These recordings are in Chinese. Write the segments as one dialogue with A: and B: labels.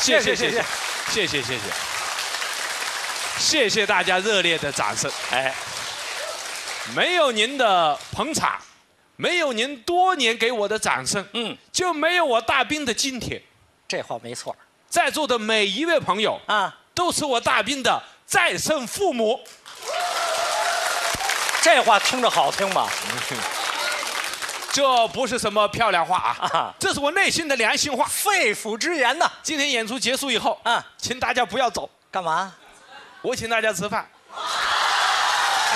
A: 谢谢
B: 谢
A: 谢谢谢谢
B: 谢
A: 谢谢，谢谢大家热烈的掌声。
B: 哎，
A: 没有您的捧场，没有您多年给我的掌声，
B: 嗯，
A: 就没有我大兵的今天。
B: 这话没错
A: 在座的每一位朋友，
B: 啊。
A: 都是我大兵的再生父母。
B: 这话听着好听吧？
A: 这不是什么漂亮话啊
B: 啊，
A: 这是我内心的良心话。
B: 肺腑之言呐。
A: 今天演出结束以后，
B: 啊
A: 请大家不要走，
B: 干嘛？
A: 我请大家吃饭。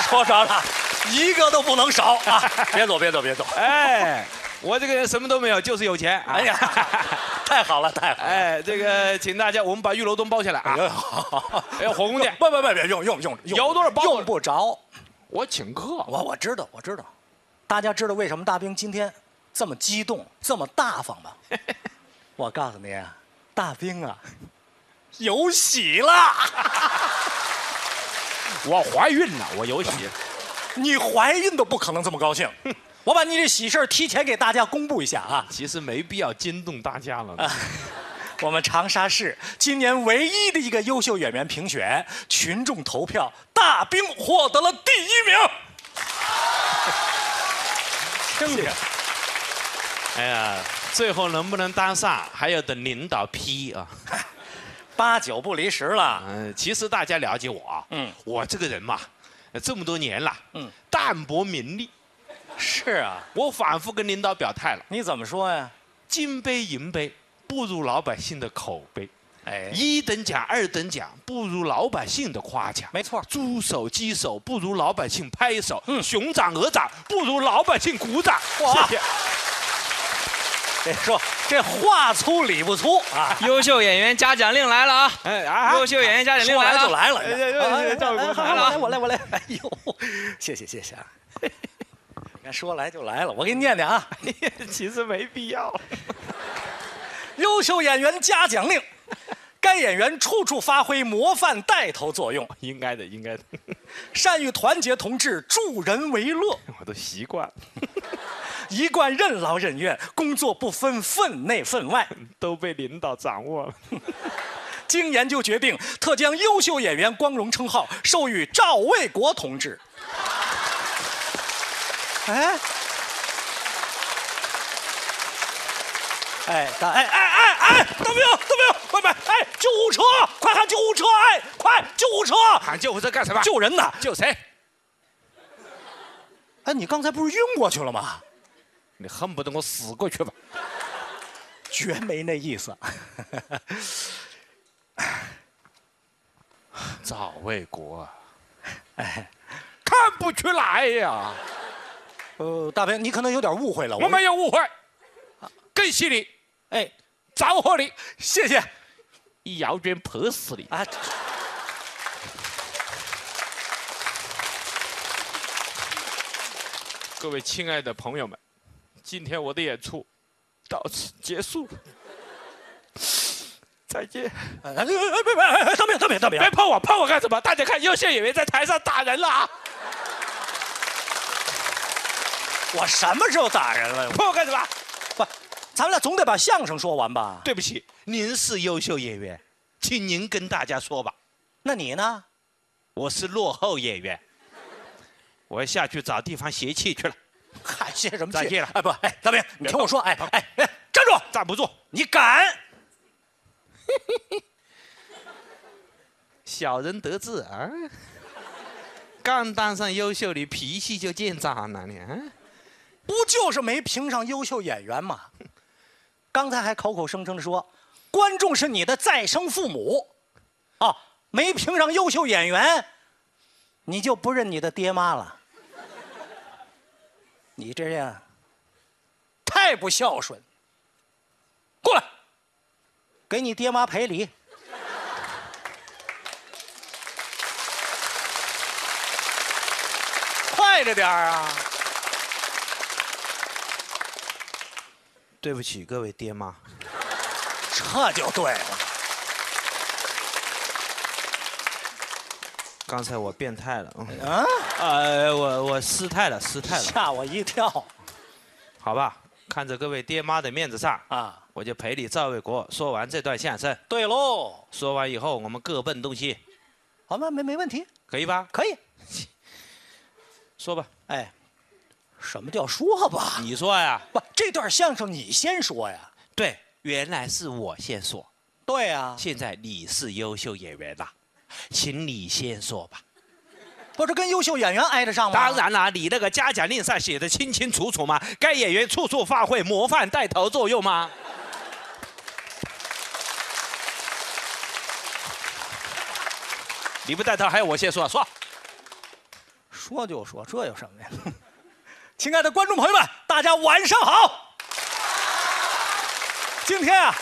B: 说着了，一个都不能少啊！ 别走，别走，别走！
A: 哎， 我这个人什么都没有，就是有钱。
B: 哎 呀，太好了，太好了！
A: 哎，这个请大家，我们把玉楼东包起来啊！
B: 呦，好
A: 哎， 火宫殿，
B: 不不不，别用用用用，
A: 有多少包
B: 用不着。
A: 我请客。
B: 我我知道，我知道。大家知道为什么大兵今天这么激动、这么大方 吗？我告诉你，啊，大兵啊，有喜了！
A: 我怀孕了，我有喜。
B: 你怀孕都不可能这么高兴。我把你这喜事儿提前给大家公布一下啊！
A: 其实没必要惊动大家了。
B: 我们长沙市今年唯一的一个优秀演员评选，群众投票，大兵获得了第一名。
A: 听着。哎呀，最后能不能搭上，还要等领导批啊。
B: 八九不离十了，
A: 嗯，其实大家了解我啊，
B: 嗯
A: 我这个人嘛，呃这么多年了，
B: 嗯，
A: 淡泊名利。
B: 是啊，
A: 我反复跟领导表态了，
B: 你怎么说呀？
A: 金杯银杯不如老百姓的口碑，
B: 哎，
A: 一等奖、二等奖不如老百姓的夸奖，
B: 没错，
A: 猪手、鸡手不如老百姓拍手，熊掌、鹅掌不如老百姓鼓掌。
B: 哇
A: 谢谢。
B: 这说这话粗理不粗啊，
C: 优秀演员嘉奖令来了啊！
A: 哎啊
C: 优秀演员嘉奖令
B: 说
C: 来
B: 来
C: 了，
B: 就来了。
A: 哎哎哎哎赵伟公
B: 哎哎
A: 子
B: 好
A: 来了
B: 好我来，我来，我来。哎呦，谢谢谢谢啊！ 你看说来就来了，我给你念念啊。
A: 其实没必要。
B: 优秀演员嘉奖令，该演员处处发挥模范带头作用，
A: 应该的，应该的，
B: 善于团结同志，助人为乐，
A: 我都习惯了，
B: 一贯任劳任怨，工作不分分内分外。
A: 都被领导掌握了。
B: 经研究决定，特将优秀演员光荣称号授予赵卫国同志。哎，哎，大哎哎哎哎，大兵大兵，快快，哎，救护车，快喊救护车，哎，快救护车，
A: 喊救护车干什么？
B: 救人呐！
A: 救谁？
B: 哎，你刚才不是晕过去了吗？
A: 你恨不得我死过去吧？
B: 绝没那意思。
A: 赵卫国啊，哎看不出来呀，
B: 呃，大兵，你可能有点误会了。
A: 我没有误会，更犀利，
B: 哎，
A: 着火你，
B: 谢谢
A: 一摇拳拍死你！
B: 啊。
A: 各位亲爱的朋友们，今天我的演出到此结束了，再见！
B: 哎哎哎别别哎，大兵大兵大兵，
A: 别碰我，碰我干什么？大家看，优秀演员在台上打人了啊！
B: 我什么时候打人了？
A: 碰我干什么？
B: 不，咱们俩总得把相声说完吧？
A: 对不起，您是优秀演员，请您跟大家说吧。
B: 那你呢？
A: 我是落后演员，我要下去找地方歇气去了，
B: 嗨，谢什么
A: 再见了
B: 哎不，哎，大兵，你听我说，哎哎哎，站住！
A: 站不住。
B: 你敢？
A: 小人得志啊，刚当上优秀，你脾气就见长了你、啊。
B: 不就是没评上优秀演员吗？ 刚才还口口声声的说，观众是你的再生父母，哦，没评上优秀演员，你就不认你的爹妈了。 你这样太不孝顺。过来，给你爹妈赔礼。 快着点儿啊！
A: 对不起，各位爹妈，
B: 这就对了。
A: 刚才我变态了，嗯
B: 啊！
A: 呃，我我失态了，失态了，
B: 吓我一跳。
A: 好吧。看着各位爹妈的面子上，
B: 啊，
A: 我就陪你赵卫国说完这段相声。
B: 对喽，
A: 说完以后，我们各奔东西，
B: 好吗？没没问题，
A: 可以吧？
B: 可以。
A: 说吧，
B: 哎，什么叫说吧？
A: 你说呀？
B: 不，这段相声你先说呀。
A: 对，原来是我先说，
B: 对啊呀、
A: 现在你是优秀演员啦，请你先说吧。
B: 不这跟优秀演员挨得上吗？
A: 当，然啦，你那个嘉奖令上写的清清楚楚嘛，该演员处处发挥模范带头作用 嘛。你不带头，还有我先说、啊，说
B: 说就说，这有什么呀？ 亲爱的观众朋友们，大家晚上好。今天啊，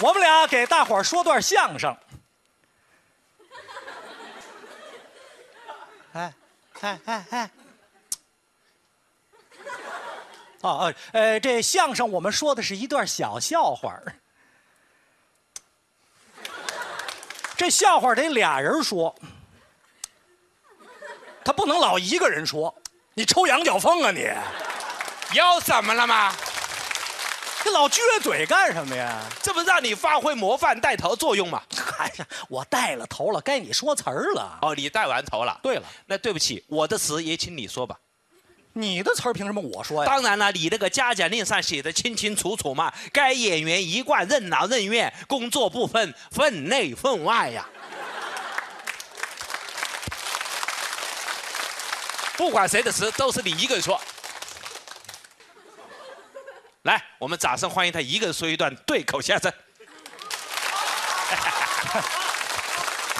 B: 我们俩给大伙儿说段相声。哎，哎哎哎！哦哦，呃，这相声我们说的是一段小笑话儿。这笑话得俩人说，他不能老一个人说。你抽羊角风啊你！
A: 有什么了吗？
B: 你老撅嘴干什么呀？
A: 这不让你发挥模范带头作用吗？
B: 哎呀，我带了头了，该你说词儿了。
A: 哦，你带完头了。
B: 对了，
A: 那对不起，我的词也请你说吧。
B: 你的词儿凭什么我说呀？
A: 当然了，你那个嘉奖令上写的清清楚楚嘛，该演员一贯任劳任怨，工作不分分内分外呀。 不管谁的词，都是你一个人说。来，我们掌声欢迎他一个人说一段对口相声。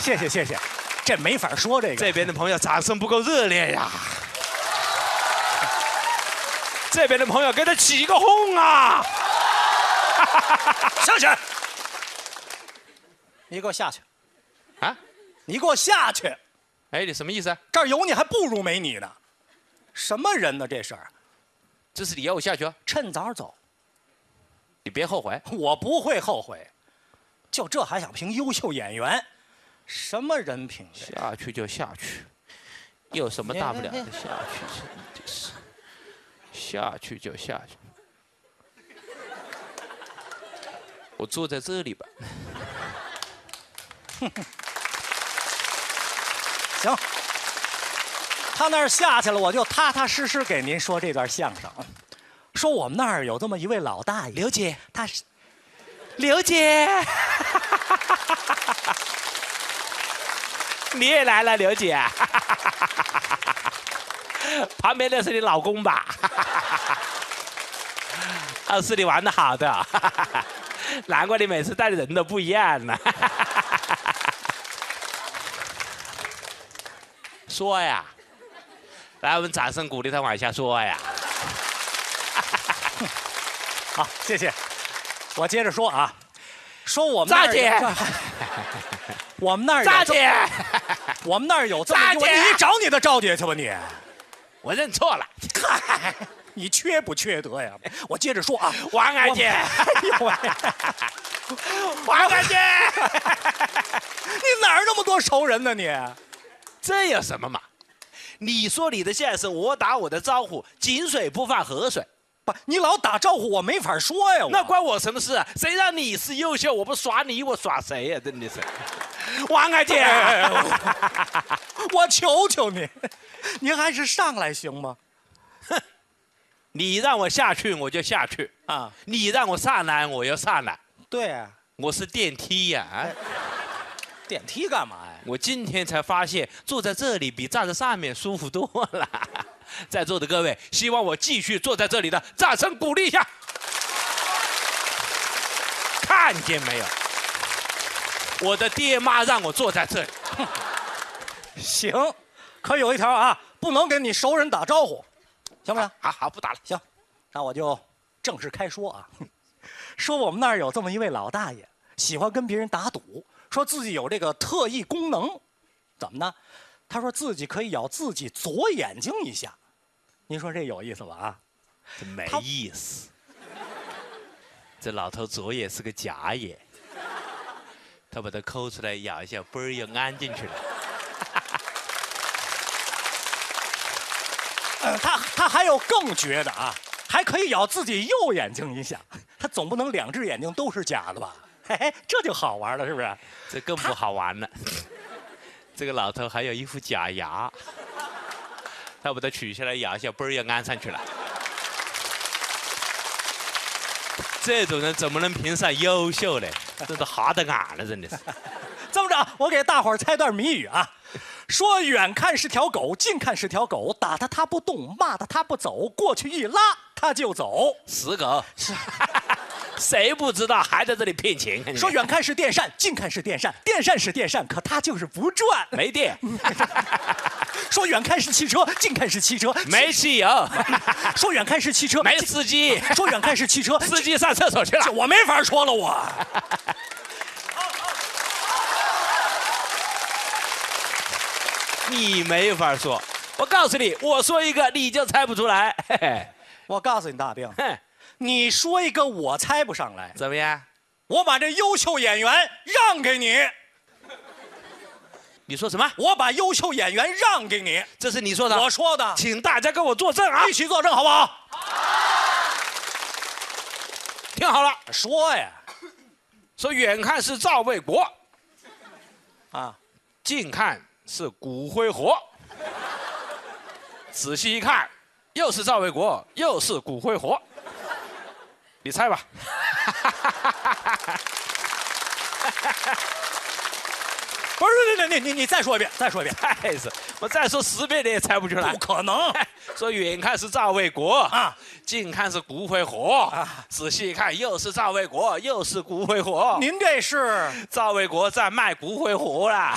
B: 谢谢谢谢，这没法说这个。
A: 这边的朋友掌声不够热烈呀， 这边的朋友给他起个哄啊！
B: 下去！你给我下去！
A: 啊，
B: 你给我下去！
A: 哎，你什么意思啊？
B: 这儿有你还不如没你呢。什么人呢？这是
A: 这是你要我下去啊？
B: 趁早走，
A: 你别后悔。
B: 我不会后悔。就这还想评优秀演员？什么人评的？
A: 下去就下去，有什么大不了的？下去这这是，下去就下去。我坐在这里吧，
B: 行，他那儿下去了，我就踏踏实实给您说这段相声。说我们那儿有这么一位老大爷，
A: 刘姐，
B: 他是
A: 刘姐，你也来了，刘姐。旁边那是你老公吧？啊，是你玩的好的，难怪你每次带的人都不一样呢。说呀，来，我们掌声鼓励他往下说呀。
B: 好，谢谢。我接着说啊，说我们那
A: 扎
B: 儿
A: 姐
B: 有我们那儿有
A: 大
B: 这
A: 姐，
B: 我们那儿有这么一位
A: 扎姐
B: 你找你的赵姐去吧你。
A: 我认错了，
B: 嗨，你缺不缺德呀？我接着说啊，
A: 王安姐，
B: 哎呦喂，
A: 王安姐，
B: 你哪儿那么多熟人呢你？
A: 这有什么嘛？你说你的相声，我打我的招呼，井水不犯河水，
B: 不，你老打招呼，我没法说呀。我
A: 那关我什么事啊？谁让你是优秀，我不耍你，我耍谁呀、真的是， 王啊安姐，
B: 我求求你，您还是上来行吗？
A: 你让我下去我就下去，
B: 啊，
A: 你让我上来我就上来，
B: 对啊，
A: 我是电梯呀、啊。
B: 电梯干嘛呀？
A: 我今天才发现，坐在这里比站在上面舒服多了。 在座的各位，希望我继续坐在这里的，掌声鼓励一下。看见没有？我的爹妈让我坐在这里，
B: 行，可有一条啊，不能跟你熟人打招呼，行不行？
A: 好好不打了。
B: 行，那我就正式开说啊。 说我们那儿有这么一位老大爷，喜欢跟别人打赌，说自己有这个特异功能，怎么呢？他说自己可以咬自己左眼睛一下，您说这有意思吧？啊，
A: 没
B: 他
A: 意思。这老头左眼是个假眼，他把它抠出来咬一下，嘣儿又安进去了。
B: 呃他他还有更绝的啊，还可以咬自己右眼睛一下，他总不能两只眼睛都是假的吧？嘿嘿，这就好玩了，是不是？
A: 这更不好玩了。这个老头还有一副假牙，他把它取下来咬一下，嘣儿又安上去了。这种人怎么能评上优秀嘞？这都哈得俺了，真的是。
B: 这么着啊，我给大伙儿猜段谜语啊，说远看是条狗，近看是条狗，打它它不动，骂它它不走，过去一拉它就走。
A: 死狗！ 谁不知道还在这里骗钱？
B: 说远看是电扇，近看是电扇，电扇是电扇，可它就是不转。
A: 没电，
B: 说远看是汽车，近看是汽车，
A: 没 汽油，
B: 说远看是汽车，
A: 没司机，
B: 说远看是汽车，
A: 司机上厕所去
B: 这
A: 了。
B: 我没法说了我。
A: 你没法说，我告诉你，我说一个你就猜不出来。嘿嘿
B: 我告诉你大兵，
A: 哼，
B: 你说一个我猜不上来，
A: 怎么样？
B: 我把这优秀演员让给你，
A: 你说什么？
B: 我把优秀演员让给你，
A: 这是你说的？
B: 我说的。
A: 请大家跟我作证啊！
B: 一起作证好不好？
A: 听好了，
B: 说呀，
A: 说远看是赵卫国，
B: 啊，
A: 近看是骨灰 盒，仔细一看，又是赵卫国，又是骨灰盒。你猜吧，
B: 不是，不是，你你你再说一遍，再说一遍，
A: 猜死！我再说十遍你也猜不出来
B: 不。可能
A: 说远看是赵卫国
B: 啊！
A: 近看是骨灰盒，仔细一看又是赵卫国，又是骨灰盒。
B: 您这是
A: 赵卫国在卖骨灰盒啦！